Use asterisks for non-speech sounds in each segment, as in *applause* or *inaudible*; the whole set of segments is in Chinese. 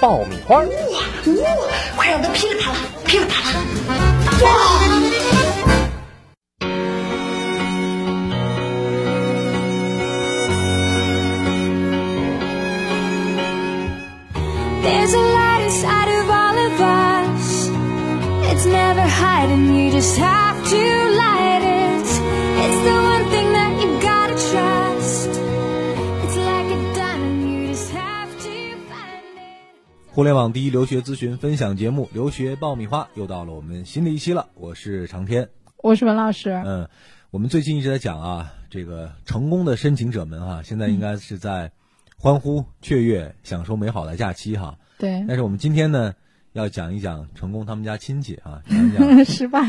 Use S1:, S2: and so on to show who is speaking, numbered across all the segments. S1: 爆米花》。
S2: 哇，快让它噼里啪啦，噼里啪啦！哇！
S3: There's a light inside of all of us. It's never hiding, you just have to light it. It's the one thing that you gotta trust. It's like a diamond, you just have to find it.
S4: 互联网第一留学咨询分享节目《留学爆米花》又到了我们新的一期了，我是长天。
S5: 我是文老师。
S4: 嗯，我们最近一直在讲啊，这个成功的申请者们啊，现在应该是在欢呼雀跃，享受美好的假期哈。
S5: 对， *laughs*
S4: 但是我们今天呢，要讲一讲成功他们家亲戚啊，讲一讲
S5: 失败。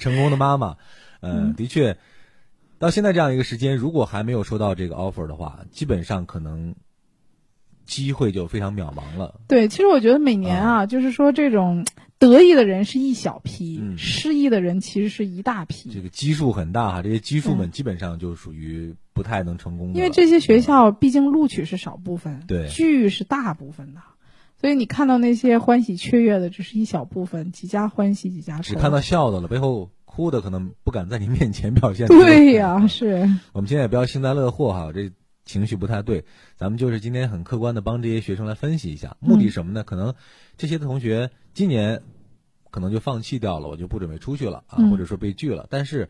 S4: 成功的妈妈，呃，的确，到现在这样一个时间，如果还没有收到这个 offer 的话，基本上可能机会就非常渺茫了。
S5: 对，其实我觉得每年啊，就是说这种得意的人是一小批，
S4: 嗯
S5: 失意的人其实是一大批。
S4: 这个基数很大哈，这些基数们基本上就属于不太能成功的，
S5: 嗯因为这些学校毕竟录取是少部分，
S4: 对
S5: 拒是大部分的，所以你看到那些欢喜雀跃的，只是一小部分，几家欢喜几家愁。
S4: 只看到笑的了，背后哭的可能不敢在你面前表
S5: *laughs*
S4: 现。
S5: 对呀、是
S4: 我们现在也不要幸灾乐祸哈，这情绪不太对。咱们就是今天很客观的帮这些学生来分析一下，
S5: 嗯
S4: 目的什么呢？可能这些同学今年可能就放弃掉了，我就不准备出去了啊，
S5: 嗯
S4: 或者说被拒了，但是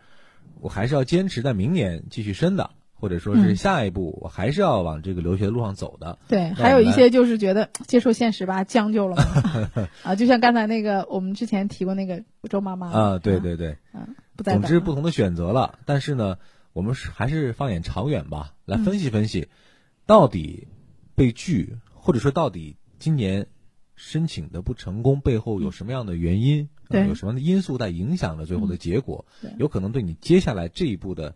S4: 我还是要坚持在明年继续申的，或者说是
S5: 嗯
S4: 下一步我还是要往这个留学的路上走的。
S5: 对，
S4: 那
S5: 还有
S4: 我们
S5: 一些就是觉得接受现实吧，将就了
S4: *laughs*
S5: 嘛啊，就像刚才那个我们之前提过那个周妈妈
S4: 啊，对，对对，
S5: 不再
S4: 总之
S5: 等
S4: 不
S5: 了
S4: 同的选择了，但是呢，我们是还是放眼长远吧，来分析分析，
S5: 嗯
S4: 到底被拒，或者说到底今年申请的不成功背后有什么样的原因，
S5: 对
S4: 呃有什么样的因素在影响了最后的结果，
S5: 嗯对
S4: 有可能对你接下来这一步的。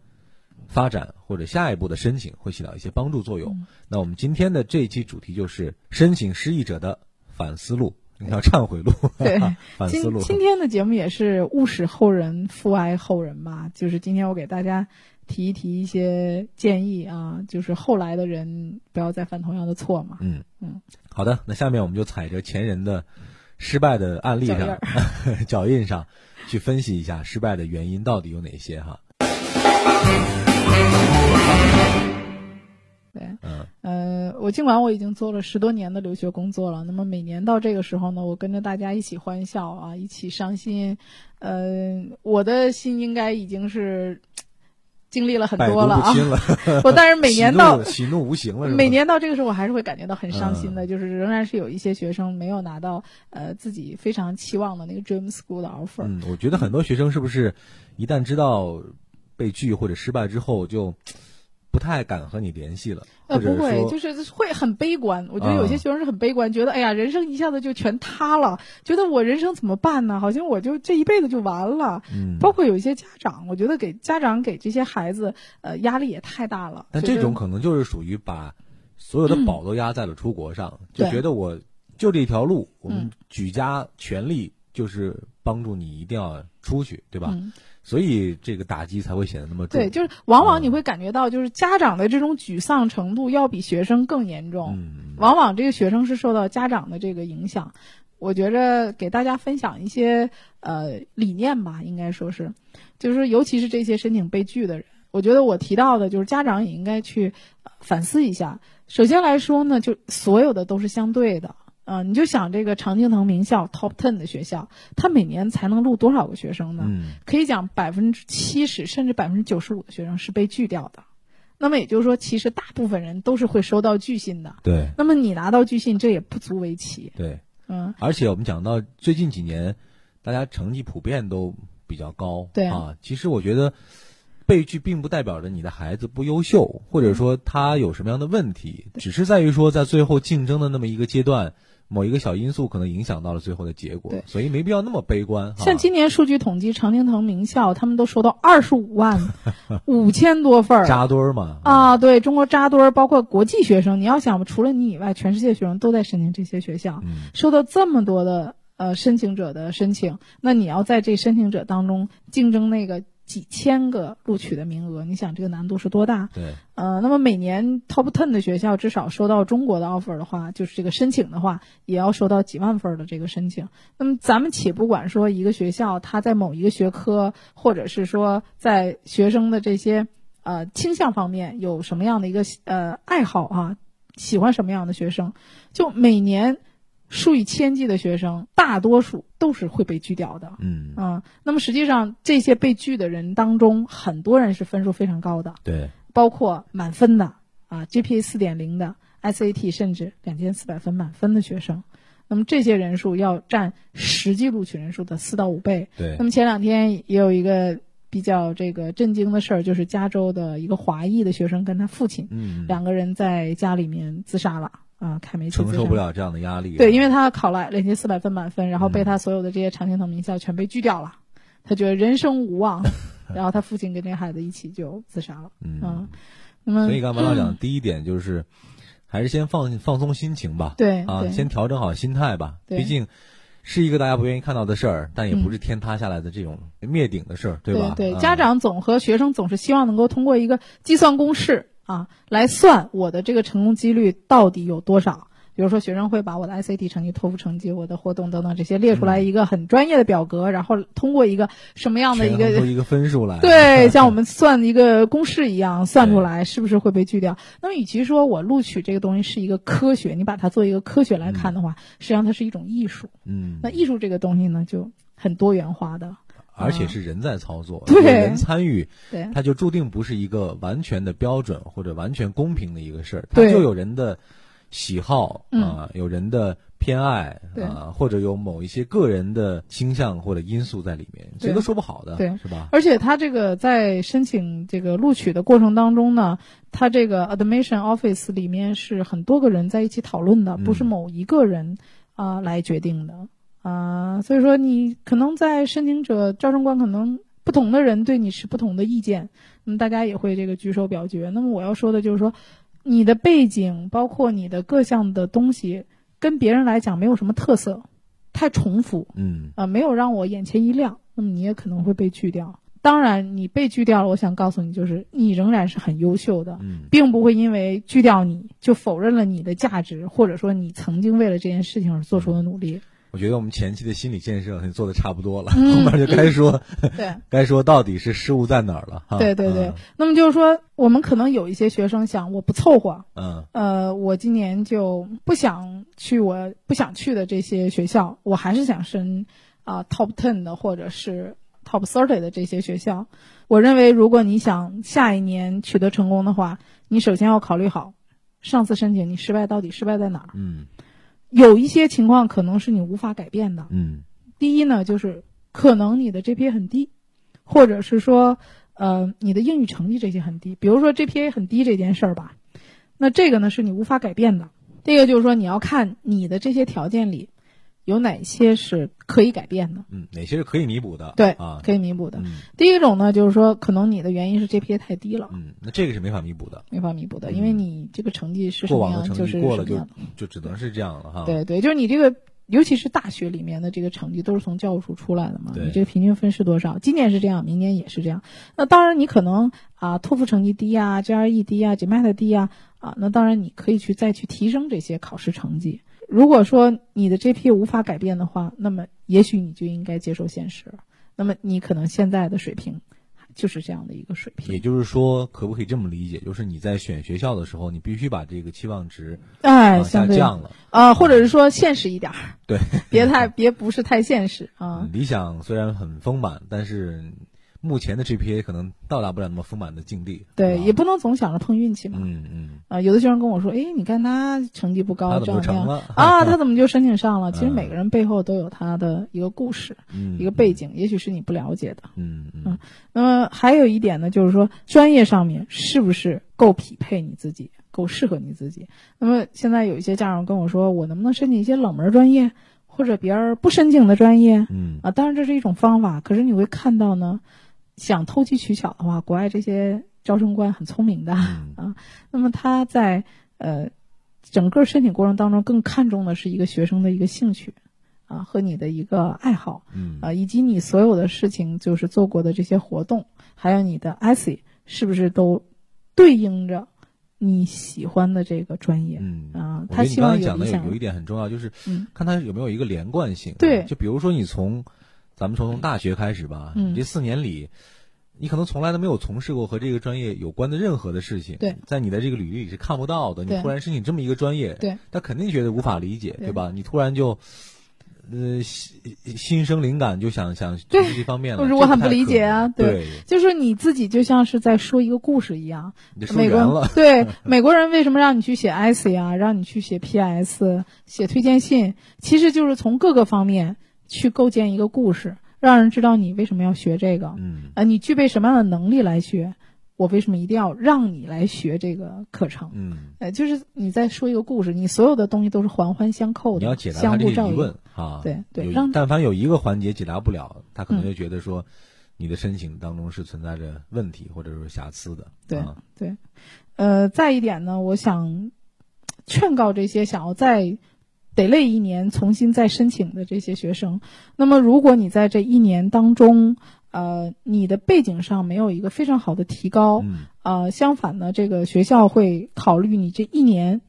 S4: 发展或者下一步的申请会起到一些帮助作用。
S5: 嗯
S4: 那我们今天的这一期主题就是申请失意者的反思路，你要忏 *laughs* 悔路，
S5: 对
S4: 反思
S5: 今
S4: 路。
S5: 今天的节目也是勿使后人父爱后人吧，就是今天我给大家提一提一些建议啊，就是后来的人不要再犯同样的错嘛。
S4: 嗯
S5: 嗯，
S4: 好的，那下面我们就踩着前人的失败的案例
S5: 脚印
S4: 上、 *laughs* 脚印上，去分析一下失败的原因到底有哪些哈。
S5: 对，
S4: 嗯
S5: 呃，我尽管我已经做了十多年的留学工作了，那么每年到这个时候呢，我跟着大家一起欢笑啊，一起伤心，呃，我的心应该已经是经历了很
S4: 百毒
S5: 多了
S4: 不
S5: 啊。
S4: 侵了，
S5: *laughs* 我但是每年
S4: 喜
S5: 到
S4: 怒喜怒无形了是吧，
S5: 每年到这个时候，我还是会感觉到很伤心的，
S4: 嗯
S5: 就是仍然是有一些学生没有拿到呃自己非常期望的那个 dream school 的 offer。
S4: 嗯，我觉得很多学生是不是一旦知道被拒或者失败之后，就不太敢和你联系了，
S5: 呃，
S4: 或者
S5: 不会，
S4: 说
S5: 就是会很悲观。我觉得有些
S4: 嗯
S5: 学生是很悲观，觉得哎呀，人生一下子就全塌了，觉得我人生怎么办呢？好像我就这一辈子就完了。
S4: 嗯，
S5: 包括有一些家长，我觉得给家长给这些孩子呃压力也太大了。
S4: 但
S5: 觉
S4: 这
S5: 得
S4: 种可能就是属于把所有的宝都压在了出国上，就
S5: 嗯对
S4: 觉得我就这一条路，我们
S5: 嗯
S4: 举家全力就是帮助你一定要出去，对吧？
S5: 嗯
S4: 所以这个打击才会显得那么重。
S5: 对，就是往往你
S4: 嗯
S5: 会感觉到，就是家长的这种沮丧程度要比学生更严重。
S4: 嗯，
S5: 往往这个学生是受到家长的这个影响。我觉着给大家分享一些呃理念吧，应该说是，就是尤其是这些申请被拒的人，我觉得我提到的就是家长也应该去呃反思一下。首先来说呢，就所有的都是相对的。啊、你就想这个常青藤名校 Top Ten 的学校，它每年才能录多少个学生呢？
S4: 嗯，
S5: 可以讲百分之七十甚至百分之九十五的学生是被拒掉的。那么也就是说，其实大部分人都是会收到拒信的。
S4: 对
S5: 那么你拿到拒信，这也不足为奇。
S4: 对，
S5: 嗯，
S4: 而且我们讲到最近几年，大家成绩普遍都比较高，
S5: 对
S4: 啊，其实我觉得。被拒并不代表着你的孩子不优
S5: 嗯
S4: 秀，或者说他有什么样的问题，只是在于说在最后竞争的那么一个阶段，某一个小因素可能影响到了最后的结果
S5: 对，
S4: 所以没必要那么悲观哈。
S5: 像今年数据统计，常青藤名校他们都收到二十五
S4: *laughs*
S5: 万五千多份儿
S4: 扎堆儿嘛，
S5: 啊！对中国扎堆儿，包括国际学生，你要想除了你以外，全世界学生都在申请这些学校，
S4: 嗯，
S5: 收到这么多的呃申请者的申请，那你要在这申请者当中竞争那个几千个录取的名额，你想这个难度是多大？
S4: 对，
S5: 呃，那么每年 top ten 的学校至少收到中国的 offer 的话，就是这个申请的话，也要收到几万份儿的这个申请。那么咱们且不管说一个学校它在某一个学科，或者是说在学生的这些呃倾向方面有什么样的一个呃爱好啊，喜欢什么样的学生，就每年数以千计的学生，大多数都是会被拒掉的。
S4: 嗯，
S5: 嗯，那么实际上这些被拒的人当中，很多人是分数非常高的。
S4: 对，
S5: 包括满分的啊，GPA 四点零的 SAT 甚至两千四百分满分的学生，那么这些人数要占实际录取人数的四到五倍。
S4: 对
S5: 那，么前两天也有一个比较这个震惊的事儿，就是加州的一个华裔的学生跟他父亲
S4: 嗯，
S5: 两个人在家里面自杀了啊，开煤气
S4: 承
S5: 自
S4: 受不
S5: 杀。
S4: 了这样的压力啊，
S5: 对，因为他考了两千四百分满分，然后
S4: 嗯
S5: 被他所有的这些常青藤名校全被拒掉了，他觉得人生
S4: *laughs*
S5: 无望，然后他父亲跟这孩子一起就自杀了。
S4: 嗯
S5: 嗯，，那么
S4: 所以刚才王导讲，第一点就是，还是先放放松心情吧，
S5: 对
S4: 啊，
S5: 对
S4: 先调整好心态吧，
S5: 对
S4: 毕竟。是一个大家不愿意看到的事儿，但也不是天塌下来的这种灭顶的事儿，对吧？
S5: 对
S4: 啊
S5: 家长总和学生总是希望能够通过一个计算公式啊来算我的这个成功几率到底有多少。比如说，学生会把我的 SAT 成绩、托福成绩、我的活动等等这些列出
S4: 嗯
S5: 来一个很专业的表格，然后通过一个什么样的一
S4: 权衡出
S5: 个。
S4: 一个分数来， *laughs*
S5: 对，像我们算一个公式一样算出来，是不是会被拒掉？那么，与其说我录取这个东西是一个科学，你把它做一个科学来看的话，实际上它是一种艺术。
S4: 嗯，
S5: 那艺术这个东西呢，就很多元化的。
S4: 而且是人在操作，
S5: 对
S4: 有人参与，
S5: 对，
S4: 它就注定不是一个完全的标准或者完全公平的一个事儿，它
S5: 对
S4: 就有人的喜好
S5: 嗯
S4: 啊、有人的偏爱
S5: 对
S4: 啊、或者有某一些个人的倾向或者因素在里面，
S5: 对
S4: 这都说不好的，
S5: 对
S4: 是吧？
S5: 而且他这个在申请这个录取的过程当中呢，他这个 admission office 里面是很多个人在一起讨论的，
S4: 嗯
S5: 不是某一个人啊、来决定的啊、所以说你可能在申请者招生官可能。不同的人对你持不同的意见，那么大家也会这个举手表决。那么我要说的就是说，你的背景包括你的各项的东西，跟别人来讲没有什么特色，太重复。
S4: 嗯，
S5: 啊、没有让我眼前一亮，那么你也可能会被拒掉。当然，你被拒掉了，我想告诉你，就是你仍然是很优秀的，
S4: 嗯
S5: 并不会因为拒掉你就否认了你的价值，或者说你曾经为了这件事情而做出的努力。
S4: 我觉得我们前期的心理建设做的差不多了，
S5: 嗯
S4: 后面就该说 *laughs*
S5: 对。
S4: 该说到底是失误在哪儿了哈。
S5: 对对对
S4: 嗯，
S5: 那么就是说，我们可能有一些学生想，我不凑合，
S4: 嗯
S5: 呃，我今年就不想去我不想去的这些学校，我还是想申啊、top ten 的或者是 top thirty 的这些学校。我认为，如果你想下一年取得成功的话，你首先要考虑好上次申请你失败到底失败在哪儿。
S4: 嗯
S5: 有一些情况可能是你无法改变的。
S4: 嗯
S5: 第一呢，就是可能你的 GPA 很低，或者是说，呃，你的英语成绩这些很低。比如说 GPA 很低这件事儿吧，那这个呢是你无法改变的。这个就是说，你要看你的这些条件里有哪些是可以改变的，
S4: 嗯，哪些是可以弥补的？
S5: 对，
S4: 啊，
S5: 可以弥补的。
S4: 嗯
S5: 第一种呢，就是说，可能你的原因是 GPA 太低了，
S4: 嗯，那这个是没法弥补的，
S5: 没法弥补的，因为你这个成绩是什
S4: 嗯过
S5: 么
S4: 往的
S5: 样
S4: 成
S5: 就是
S4: 绩
S5: 什
S4: 过
S5: 么
S4: 了就
S5: 样。
S4: 就只能是这样了哈。
S5: 对对，就是你这个，尤其是大学里面的这个成绩都是从教务处出来的嘛，
S4: 对
S5: 你这个平均分是多少？今年是这样，明年也是这样。那当然，你可能啊，托福成绩低啊，GRE 低啊，GMAT 低啊，啊，那当然你可以去再去提升这些考试成绩。如果说你的 GPA 无法改变的话，那么也许你就应该接受现实。那么你可能现在的水平就是这样的一个水
S4: 也
S5: 平，
S4: 就是说，可不可以这么理解？就是你在选学校的时候，你必须把这个期望值
S5: 哎，
S4: 往下
S5: 相对
S4: 降了。
S5: 啊、或者是说现实一点儿，
S4: 对，嗯
S5: 别太别不是太现实啊。
S4: 理想虽然很丰满，但是目前的 GPA 可能到达不了那么丰满的境地。
S5: 对，也
S4: 是吧
S5: 不能总想着碰运气嘛。
S4: 啊嗯嗯，
S5: 啊，有的学生跟我说，哎，你看他成绩不
S4: 他
S5: 高，
S4: 怎
S5: 这
S4: 么
S5: 样
S4: 就成
S5: 那样
S4: 了
S5: *laughs* 啊，他怎么就申请
S4: *laughs*
S5: 上了？其实
S4: 嗯
S5: 每个人背后都有他的一个故事，
S4: 嗯
S5: 一个背景，也许是你不了解的。
S4: 嗯嗯
S5: 嗯那么还有一点呢，就是说专业上面是不是够匹配你自己，够适合你自己？那么现在有一些家长跟我说，我能不能申请一些冷门专业，或者别人不申请的专业
S4: 嗯
S5: 啊？当然这是一种方法，可是你会看到呢，想投机取巧的话，国外这些招生官很聪明的，
S4: 嗯
S5: 那么他在呃整个申请过程当中更看重的是一个学生的一个兴趣啊和你的一个爱好。
S4: 嗯
S5: 啊，以及你所有的事情，就是做过的这些活动，还有你的 essay，是不是都对应着你喜欢的这个专业？
S4: 嗯
S5: 啊
S4: 我觉得
S5: 他
S4: 你
S5: 希
S4: 刚
S5: 望
S4: 才
S5: 有
S4: 讲的
S5: 理
S4: 有
S5: 想
S4: 有一点很重要，就是
S5: 嗯
S4: 看它有没有一个连贯性。啊
S5: 对
S4: 就比如说你从，咱们说从大学开始吧，
S5: 嗯
S4: 你这四年里，你可能从来都没有从事过和这个专业有关的任何的事情，
S5: 对，
S4: 在你的这个履历里是看不到的。你
S5: 对
S4: 突然申请这么一个专业，
S5: 对，
S4: 他肯定觉得无法理解，
S5: 对
S4: 对吧？你突然就。呃，心心生灵感就想想从
S5: 对
S4: 事这方面了，
S5: 就是我
S4: 这
S5: 很
S4: 太
S5: 不理
S4: 可
S5: 解
S4: 能
S5: 啊
S4: 了对
S5: 对，就是你自己就像是在说一个故事一样。
S4: 你就说
S5: 美
S4: 圆
S5: 国，
S4: 了
S5: 对美国人为什么让你去写 essay 啊，让你去写 PS，写推荐信，其实就是从各个方面去构建一个故事，让人知道你为什么要学这个。
S4: 嗯
S5: 呃，你具备什么样的能力来学？我为什么一定要让你来学这个课程？
S4: 嗯，
S5: 呃，就是你在说一个故事，你所有的东西都是环环相扣
S4: 你
S5: 的，
S4: 要解答他
S5: 相
S4: 这
S5: 互
S4: 个
S5: 照
S4: 疑
S5: 应。
S4: 问啊，
S5: 对对
S4: 有
S5: 让嗯
S4: 但凡有一个环节解答不了，他可能就觉得说，你的申请当中是存在着问题或者说瑕疵的，
S5: 对哦
S4: 啊
S5: 对，呃，再一点呢，我想劝告这些想要再得累一年重新再申请的这些学生。那么，如果你在这一年当中，呃，你的背景上没有一个非常好的提高，
S4: 嗯
S5: 呃，相反呢，这个学校会考虑你这一年，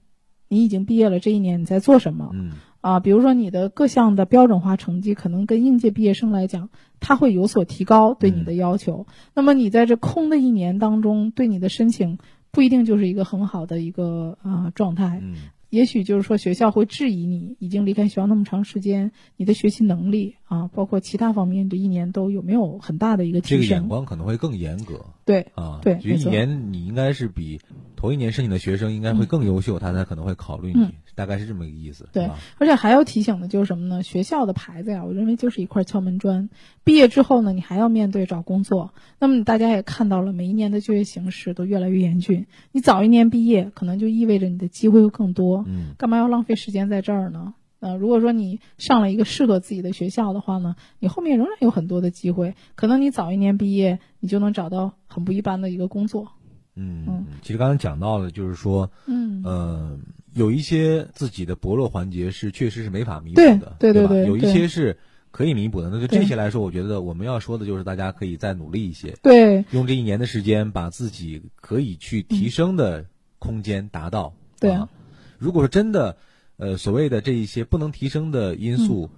S5: 你已经毕业了，这一年你在做什么
S4: 嗯
S5: 啊、比如说你的各项的标准化成绩，可能跟应届毕业生来讲，它会有所提高对
S4: 嗯
S5: 你的要求。那么你在这空的一年当中，对你的申请不一定就是一个很好的一个呃状态，
S4: 嗯
S5: 也许就是说学校会质疑你已经离开学校那么长时间，你的学习能力啊、包括其他方面，这一年都有没有很大的一个
S4: 这
S5: 提
S4: 个
S5: 升？
S4: 眼光可能会更严格
S5: 对。
S4: 啊，
S5: 对
S4: 就
S5: 没
S4: 一
S5: 错
S4: 年你应该是比头一年申请的学生应该会更优秀，他才可能会考虑你
S5: 嗯，
S4: 大概是这么个意思，
S5: 对
S4: 是吧？
S5: 而且还要提醒的就是什么呢？学校的牌子呀，我认为就是一块敲门砖。毕业之后呢，你还要面对找工作。那么大家也看到了，每一年的就业形势都越来越严峻。你早一年毕业，可能就意味着你的机会会更多。
S4: 嗯
S5: 干嘛要浪费时间在这儿呢？呃，如果说你上了一个适合自己的学校的话呢，你后面仍然有很多的机会。可能你早一年毕业，你就能找到很不一般的一个工作。
S4: 嗯
S5: 嗯
S4: 嗯，其实刚才讲到了，就是说，
S5: 嗯，
S4: 呃，有一些自己的薄弱环节是确实是没法弥补
S5: 对
S4: 的，
S5: 对
S4: 对
S5: 对
S4: 吧
S5: 对
S4: 有一
S5: 对
S4: 些是可以弥补的。那就这
S5: 对
S4: 些来说，我觉得我们要说的就是大家可以再努力一些，
S5: 对
S4: 用这一年的时间把自己可以去提升的空间达到。
S5: 对
S4: 啊，如果说真的，呃，所谓的这一些不能提升的因素，
S5: 嗯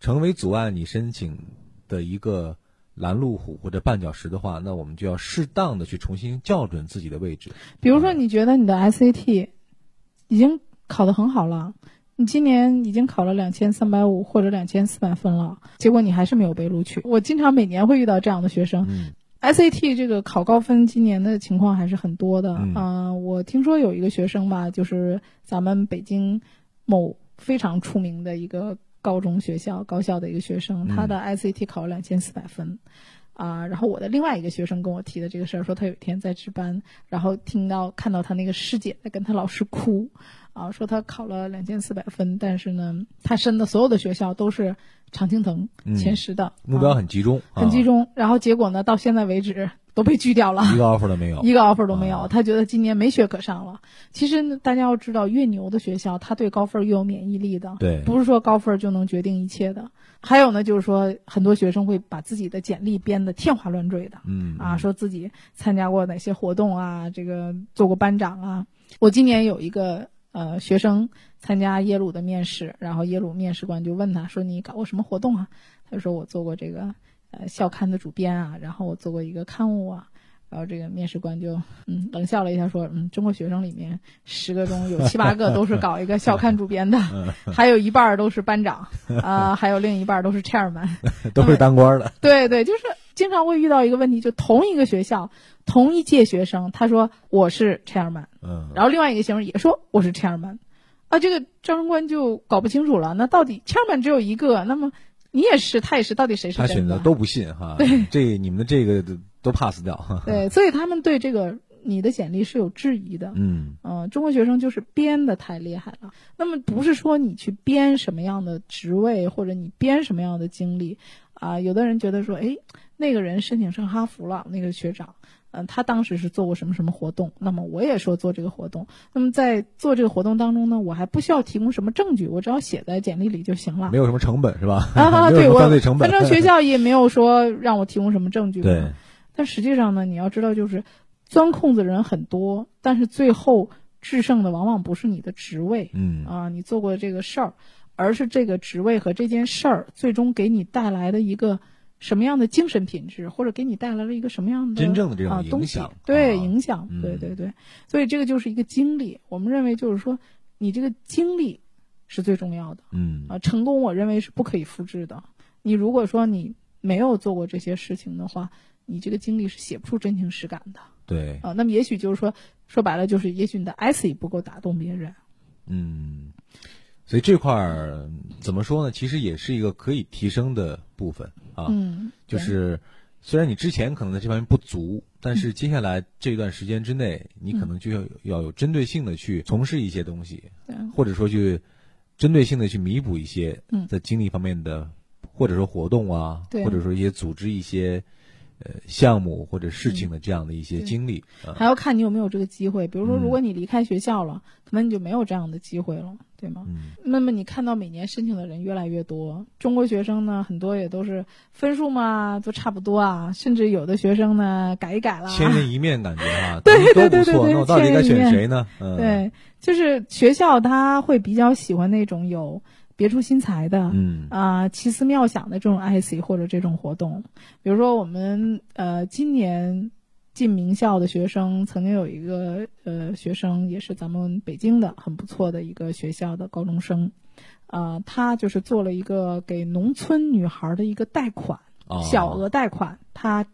S4: 成为阻碍你申请的一个。拦路虎或者绊脚石的话，那我们就要适当的去重新校准自己的位置。
S5: 比如说，你觉得你的 SAT 已经考得很好了，你今年已经考了两千三百五或者两千四百分了，结果你还是没有被录取。我经常每年会遇到这样的学生、
S4: 嗯
S5: s a t 这个考高分今年的情况还是很多的。
S4: 嗯
S5: 啊我听说有一个学生吧，就是咱们北京某非常出名的一个高中学校高校的一个学生，
S4: 嗯
S5: 他的 SAT 考了两千四百分。啊，然后我的另外一个学生跟我提的这个事儿，说他有一天在值班，然后听到看到他那个师姐在跟他老师哭，啊，说他考了两千四百分，但是呢，他申的所有的学校都是常青藤
S4: 嗯
S5: 前十的，
S4: 目标
S5: 啊
S4: 很集中，
S5: 很集
S4: 啊
S5: 中，然后结果呢，到现在为止都被拒掉了。
S4: 一个 offer 都没有。
S5: *laughs* 一个 offer 都没有
S4: 啊，
S5: 他觉得今年没学可上了。其实呢大家要知道，越牛的学校，他对高分越有免疫力的，
S4: 对
S5: 不是说高分就能决定一切的。还有呢，就是说很多学生会把自己的简历编得天花乱坠的，
S4: 嗯
S5: 啊，
S4: 嗯
S5: 说自己参加过哪些活动啊，这个做过班长啊。我今年有一个呃学生参加耶鲁的面试，然后耶鲁面试官就问他说：“你搞过什么活动啊？”他说：“我做过这个呃校刊的主编啊，然后我做过一个刊物啊。”然后这个面试官就嗯冷笑了一下，说：“嗯，中国学生里面十个中有七八个都是搞一个校刊主
S4: *laughs*
S5: 编的，还有一呃半儿都是班长啊、还有另一半儿都是 chairman。”
S4: 都是当官的。
S5: 对对，就是经常会遇到一个问题，就同一个学校、同一届学生，他说我是 chairman，
S4: 嗯，
S5: 然后另外一个学生也说我是 chairman，啊，这个招生官就搞不清楚了。那到底 chairman 只有一个，那么你也是，他也是，到底谁是
S4: 他
S5: 真
S4: 选
S5: 的
S4: 的？都不信哈，这你们的这个都都 pass 掉，哈哈
S5: 对，所以他们对这个你的简历是有质疑的。
S4: 嗯
S5: 嗯、中国学生就是编的太厉害了。那么不是说你去编什么样的职位，或者你编什么样的经历，啊、有的人觉得说，哎，那个人申请上哈佛了，那个学长，嗯、他当时是做过什么什么活动，那么我也说做这个活动。那么在做这个活动当中呢，我还不需要提供什么证据，我只要写在简历里就行了
S4: 没。有什么成本是吧？
S5: 啊，
S4: 没有
S5: 对
S4: 什么
S5: 我，
S4: 犯罪成本，
S5: 反
S4: *laughs*
S5: 正学校也没有说让我提供什么证据。
S4: 对，
S5: 但实际上呢，你要知道，就是钻空子的人很多，但是最后制胜的往往不是你的职位
S4: 嗯
S5: 啊，你做过的这个事儿，而是这个职位和这件事儿最终给你带来的一个什么样的精神品质，或者给你带来了一个什么样的
S4: 真正的这种
S5: 啊
S4: 影
S5: 东西
S4: 响
S5: 对
S4: 啊
S5: 影响
S4: 嗯，
S5: 对对对，所以这个就是一个经历。我们认为就是说，你这个经历是最重要的。
S4: 嗯
S5: 啊，成功我认为是不可以复制的。你如果说你没有做过这些事情的话，你这个经历是写不出真情实感的
S4: 对，
S5: 啊。那么也许就是说，说白了就是，也许你的 essay 不够打动别人。
S4: 啊嗯，所以这块儿怎么说呢？其实也是一个可以提升的部分啊，
S5: 嗯，
S4: 就
S5: 对
S4: 是虽然你之前可能在这方面不足，但
S5: 嗯
S4: 是接下来这段时间之内，你可能就要有要有针对性的去从事一些东西，
S5: 对啊
S4: 或者说去针对性的去弥补一些
S5: 嗯
S4: 在经历方面的，或者说活动啊，
S5: 对
S4: 或者说一些组织一些呃项目或者事情的这样的一些
S5: 嗯对
S4: 经历啊，
S5: 还要看你有没有这个机会。比如说，
S4: 嗯
S5: 如果你离开学校了，可能你就没有这样的机会了，对吗？
S4: 嗯
S5: 那么你看到每年申请的人越来越多，中国学生呢，很多也都是分数嘛都差不多啊，甚至有的学生呢改一改啦，
S4: 千人一面感觉啊，
S5: *laughs* 对
S4: 咱们
S5: 对
S4: 都不
S5: 对对
S4: 错，
S5: 对
S4: 那我到底
S5: 千
S4: 该
S5: 人一
S4: 选
S5: 面
S4: 谁呢？嗯，
S5: 对，就是学校他会比较喜欢那种有别出心裁的。
S4: 嗯
S5: 啊、奇思妙想的这种 IC 或者这种活动，比如说我们呃今年进名校的学生，曾经有一个呃学生也是咱们北京的很不错的一个学校的高中生，啊、他就是做了一个给农村女孩的一个贷款，
S4: 啊，
S5: 小额贷款，他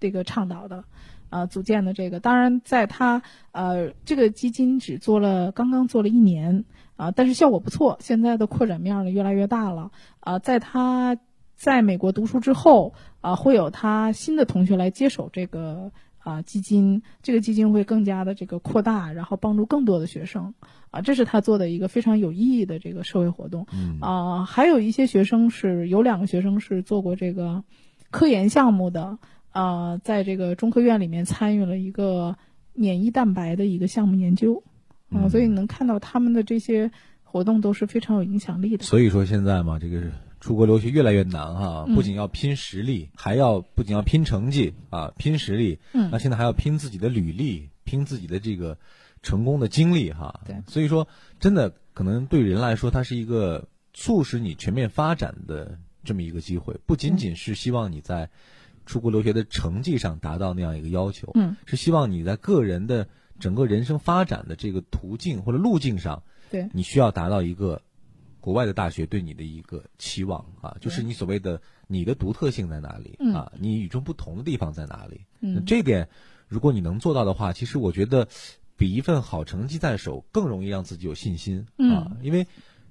S5: 这个倡导的，呃，组建的这个，当然在他呃这个基金只做了刚刚做了一年啊、但是效果不错，现在的扩展面儿呢越来越大了啊、在他在美国读书之后啊、会有他新的同学来接手这个。啊，基金这个基金会更加的这个扩大，然后帮助更多的学生，啊，这是他做的一个非常有意义的这个社会活动。
S4: 嗯
S5: 啊、还有一些学生是有两个学生是做过这个科研项目的，啊，在这个中科院里面参与了一个免疫蛋白的一个项目研究，啊、
S4: 嗯
S5: 所以你能看到他们的这些活动都是非常有影响力的。
S4: 所以说现在嘛，这个出国留学越来越难哈、
S5: 嗯
S4: 不仅要拼实力，还要不仅要拼成绩啊，拼实力，
S5: 嗯
S4: 那现在还要拼自己的履历，拼自己的这个成功的经历哈。
S5: 对
S4: 所以说真的可能对人来说，它是一个促使你全面发展的这么一个机会，不仅仅是希望你在出国留学的成绩上达到那样一个要求，
S5: 嗯，
S4: 是希望你在个人的整个人生发展的这个途径或者路径上，
S5: 对
S4: 你需要达到一个国外的大学对你的一个期望啊，就是你所谓的你的独特性在哪里、
S5: 嗯
S4: 啊，你与众不同的地方在哪里？那
S5: 嗯，
S4: 这点如果你能做到的话，其实我觉得比一份好成绩在手更容易让自己有信心、
S5: 嗯
S4: 啊，因为。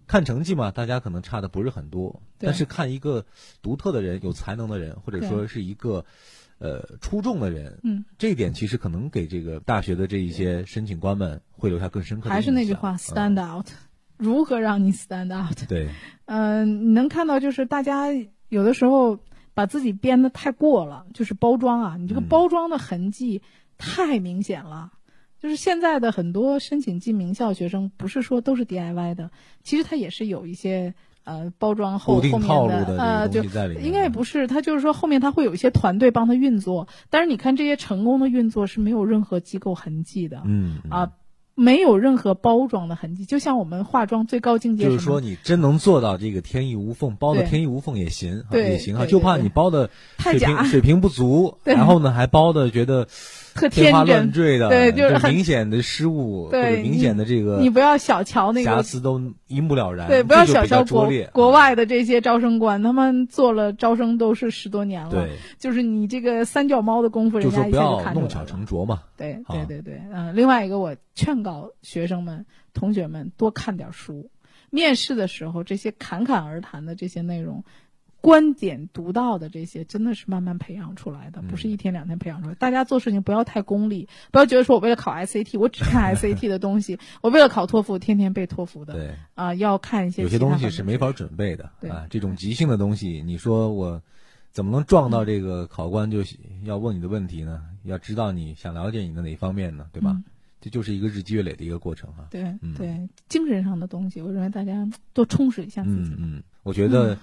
S4: 看成绩嘛，大家可能差的不是很多，
S5: 对
S4: 但是看一个独特的人、有才能的人，或者说是一个呃出众的人，
S5: 嗯，
S4: 这一点其实可能给这个大学的这一些申请官们会留下更深刻的
S5: 还是那句
S4: 印象
S5: 话
S4: 嗯
S5: ，stand out，、如何让你 stand out？
S4: 对，
S5: 嗯，你能看到就是大家有的时候把自己编的太过了，就是包装啊，你这个
S4: 嗯
S5: 包装的痕迹太明显了。就是现在的很多申请进名校学生，不是说都是 DIY 的，其实他也是有一些呃包装后
S4: 固定
S5: 后面
S4: 套路的这
S5: 呃
S4: 个
S5: 就
S4: 东西在里面，啊
S5: 应该也不是，他就是说后面他会有一些团队帮他运作，但是你看这些成功的运作是没有任何机构痕迹的、
S4: 嗯，
S5: 啊，没有任何包装的痕迹，就像我们化妆最高境界
S4: 就是
S5: 什么
S4: 说你真能做到这个天衣无缝，包的
S5: 对
S4: 天衣无缝也行，啊
S5: 对
S4: 也行啊，
S5: 对
S4: 就怕
S5: 对
S4: 你包的
S5: 太
S4: 水平
S5: 假
S4: 水平不足，
S5: *laughs* 对
S4: 然后呢还包的觉得
S5: 特
S4: 天
S5: 天
S4: 花乱
S5: 真，
S4: 坠的，
S5: 对就是很
S4: 明显的失误或
S5: 对
S4: 者明显的这个
S5: 你不要小瞧那
S4: 瑕
S5: 个。
S4: 疵都一目了然，
S5: 对，不要
S4: 这就
S5: 小
S4: 比较
S5: 瞧
S4: 拙
S5: 国
S4: 劣啊
S5: 国外的这些招生官，他们做了招生都是十多年了。
S4: 对，
S5: 就是你这个三脚猫的功夫，
S4: 就
S5: 人
S4: 说
S5: 家一
S4: 不
S5: 下就
S4: 要
S5: 看出
S4: 弄
S5: 来
S4: 巧
S5: 了。
S4: 成拙嘛。
S5: 对
S4: 啊
S5: 对对对，嗯，另外一个我劝告学生们、同学们多看点书，面试的时候这些侃侃而谈的这些内容。观点独到的这些真的是慢慢培养出来
S4: 嗯
S5: 的，不是一天两天培养出来。大家做事情不要太功利，不要觉得说我为了考 SAT，我只
S4: *laughs*
S5: 看 SAT 的东西；我为了考托福，天天背托福的。
S4: 对，
S5: 啊、要看一些
S4: 有
S5: 其
S4: 些
S5: 他
S4: 东
S5: 方
S4: 西
S5: 面
S4: 是
S5: 的
S4: 没
S5: 知
S4: 法
S5: 识
S4: 准备的
S5: 对
S4: 啊，这种即兴的东西，你说我怎么能撞
S5: 嗯
S4: 到这个考官就要问你的问题呢？要知道你想了解你的哪方面呢，对吧？
S5: 嗯
S4: 这就是一个日积月累的一个过程啊。
S5: 对
S4: 嗯
S5: 对，精神上的东西，我认为大家多充实一下自己
S4: 嗯。嗯，我觉得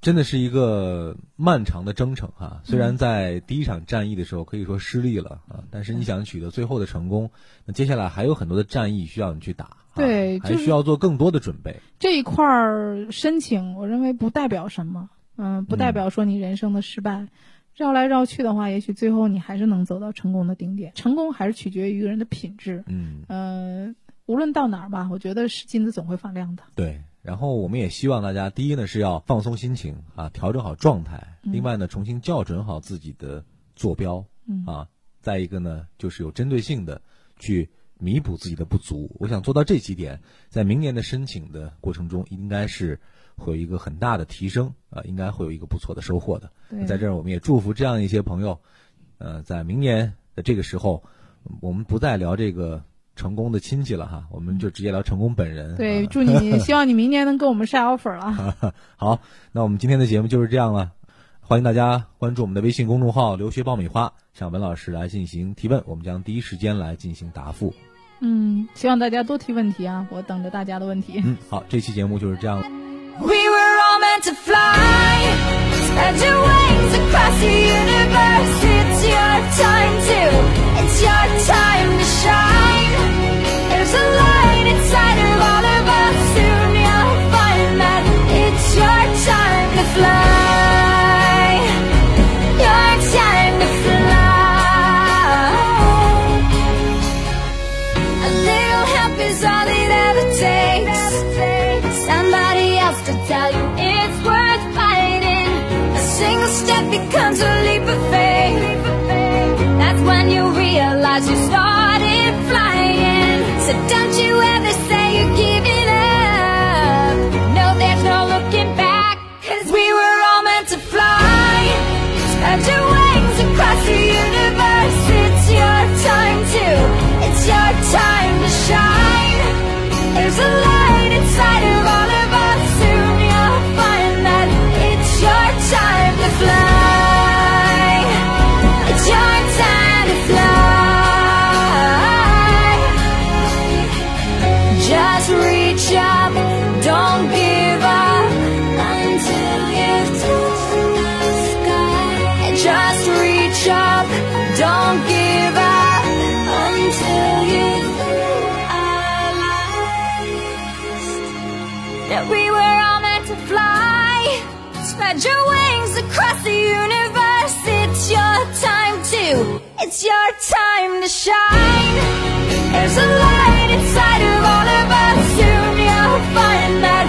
S4: 真的是一个漫长的征程啊。虽
S5: 嗯
S4: 然在第一场战役的时候可以说失利了啊，但是你想取得最后的成功，那接下来还有很多的战役需要你去打，啊
S5: 对
S4: 还
S5: 就是
S4: 需要做更多的准备。
S5: 这一块儿申请，我认为不代表什么，嗯，不代表说你人生的失败。绕来绕去的话，也许最后你还是能走到成功的顶点。成功还是取决于一个人的品质。
S4: 嗯，
S5: 嗯，无论到哪儿吧，我觉得是金子总会发亮的。
S4: 对。然后我们也希望大家，第一呢是要放松心情啊，调整好状态；另外呢，重新校准好自己的坐标、
S5: 嗯
S4: 啊。再一个呢，就是有针对性的去弥补自己的不足。我想做到这几点，在明年的申请的过程中，应该是会有一个很大的提升啊，应该会有一个不错的收获的。
S5: 对
S4: 在这儿，我们也祝福这样一些朋友，呃，在明年的这个时候，我们不再聊这个成功的亲戚了哈，我们就直接聊成功本人。
S5: 对，
S4: 啊
S5: 祝
S4: *laughs*
S5: 你，希望你明年能跟我们晒 offer 了啊。
S4: 好，那我们今天的节目就是这样了，欢迎大家关注我们的微信公众号“留学爆米花”，向文老师来进行提问，我们将第一时间来进行答复。
S5: 嗯，希望大家多提问题啊，我等着大家的问
S4: *laughs*
S5: 题。
S4: 嗯，好，这期节目就是这样了。
S3: We were all meant to fly. Spread your wings across the universe. It's your time to, it's your time to shine. There's a light inside of all of us. Soon you'll find that it's your time to fly. Your time to fly. A little help is all it ever takes. Somebody else to tell you it's worth fighting. A single step becomes a leap of faith. That's when you realize you started flying. So don't you ever say you're giving up. No, there's no looking back. Cause we were all meant to fly. Spread your wings across the universe. It's your time to, it's your time to shine. There's a light inside of all of us. Soon you'll find that it's your time to fly. It's your time to fly. Just reach up, don't give up until you've touched the sky. Just reach up, don't give up until you realize that we were all meant to fly. Spread your wings across the universe. It's your time to, it's your time to shine. There's a light inside of all of us. Soon you'll find that